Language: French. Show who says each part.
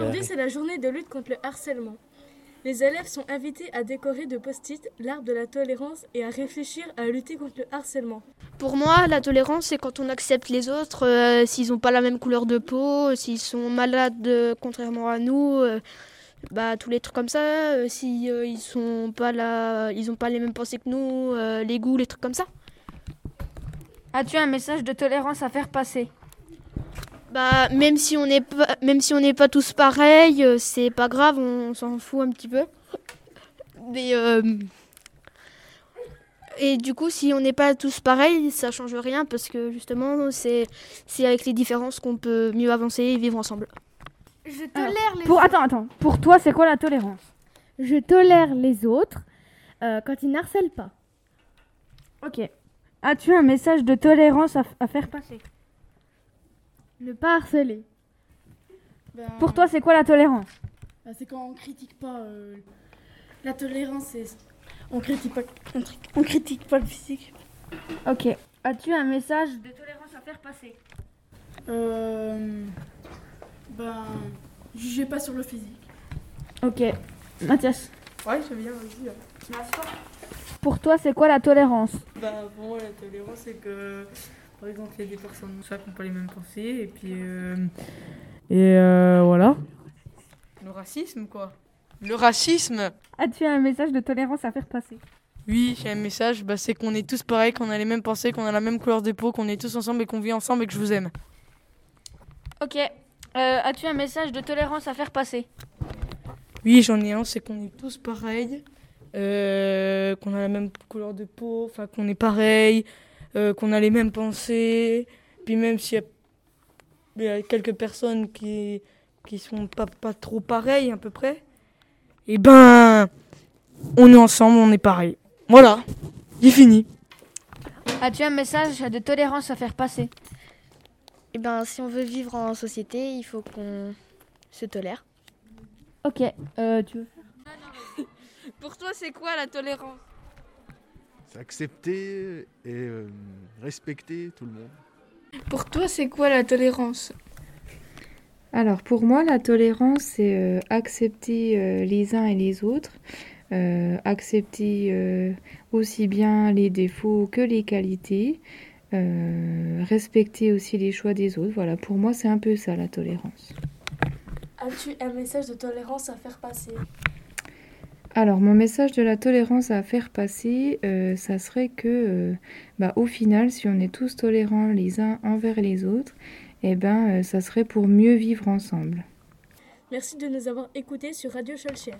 Speaker 1: Aujourd'hui, c'est la journée de lutte contre le harcèlement. Les élèves sont invités à décorer de post-it l'arbre de la tolérance et à réfléchir à lutter contre le harcèlement.
Speaker 2: Pour moi, la tolérance, c'est quand on accepte les autres, euh, s'ils n'ont pas la même couleur de peau, euh, s'ils sont malades euh, contrairement à nous, euh, bah, tous les trucs comme ça, euh, si euh, ils sont pas là, ils n'ont pas les mêmes pensées que nous, euh, les goûts, les trucs comme ça.
Speaker 3: As-tu un message de tolérance à faire passer
Speaker 2: Bah, même si on n'est pas, même si on n'est pas tous pareils, euh, c'est pas grave, on s'en fout un petit peu. Mais euh, et du coup, si on n'est pas tous pareils, ça change rien parce que justement, c'est c'est avec les différences qu'on peut mieux avancer et vivre ensemble.
Speaker 4: Je
Speaker 3: Alors,
Speaker 4: tolère les
Speaker 3: Pour attends, attends. Pour toi, c'est quoi la tolérance
Speaker 5: Je tolère les autres euh, quand ils n'harcèlent pas.
Speaker 3: Ok. As-tu un message de tolérance à, f- à faire passer
Speaker 5: Ne pas harceler.
Speaker 6: Ben,
Speaker 3: Pour toi, c'est quoi la tolérance
Speaker 6: ben, c'est quand on critique pas euh, la tolérance, c'est on critique pas, on, tri- on critique pas le physique.
Speaker 3: Ok. As-tu un message de tolérance à faire passer
Speaker 6: Euh, ben, jugez pas sur le physique.
Speaker 3: Ok. Mathias,
Speaker 6: Ouais, j'aime bien aussi.
Speaker 3: pour toi, c'est quoi la tolérance
Speaker 7: Bah pour moi la tolérance c'est que par exemple il y a des personnes soit qui n'ont pas les mêmes pensées et puis euh, et euh, voilà le racisme quoi le racisme
Speaker 3: As-tu un message de tolérance à faire passer
Speaker 7: oui j'ai un message bah, c'est qu'on est tous pareils qu'on a les mêmes pensées qu'on a la même couleur de peau qu'on est tous ensemble et qu'on vit ensemble et que je vous aime
Speaker 3: Ok. Euh, As-tu un message de tolérance à faire passer
Speaker 7: oui j'en ai un c'est qu'on est tous pareils euh, qu'on a la même couleur de peau enfin qu'on est pareil euh, qu'on a les mêmes pensées puis même s'il y a- il y a quelques personnes qui qui sont pas, pas trop pareilles à peu près, et ben on est ensemble, on est pareil. Voilà, j'ai fini.
Speaker 3: As-tu un message de tolérance à faire passer
Speaker 2: Et ben, si on veut vivre en société, il faut qu'on se tolère.
Speaker 3: Ok. euh, tu
Speaker 4: Pour toi, c'est quoi la tolérance
Speaker 8: C'est accepter et euh, respecter tout le monde.
Speaker 1: Pour toi, c'est quoi la tolérance
Speaker 9: Alors pour moi, la tolérance, c'est euh, accepter euh, les uns et les autres, euh, accepter euh, aussi bien les défauts que les qualités, euh, respecter aussi les choix des autres. Voilà, pour moi, c'est un peu ça la tolérance.
Speaker 1: As-tu un message de tolérance à faire passer
Speaker 9: Alors mon message de la tolérance à faire passer, euh, ça serait que, euh, bah, au final, si on est tous tolérants les uns envers les autres, eh ben, euh, ça serait pour mieux vivre ensemble.
Speaker 1: Merci de nous avoir écoutés sur Radio Scholcher.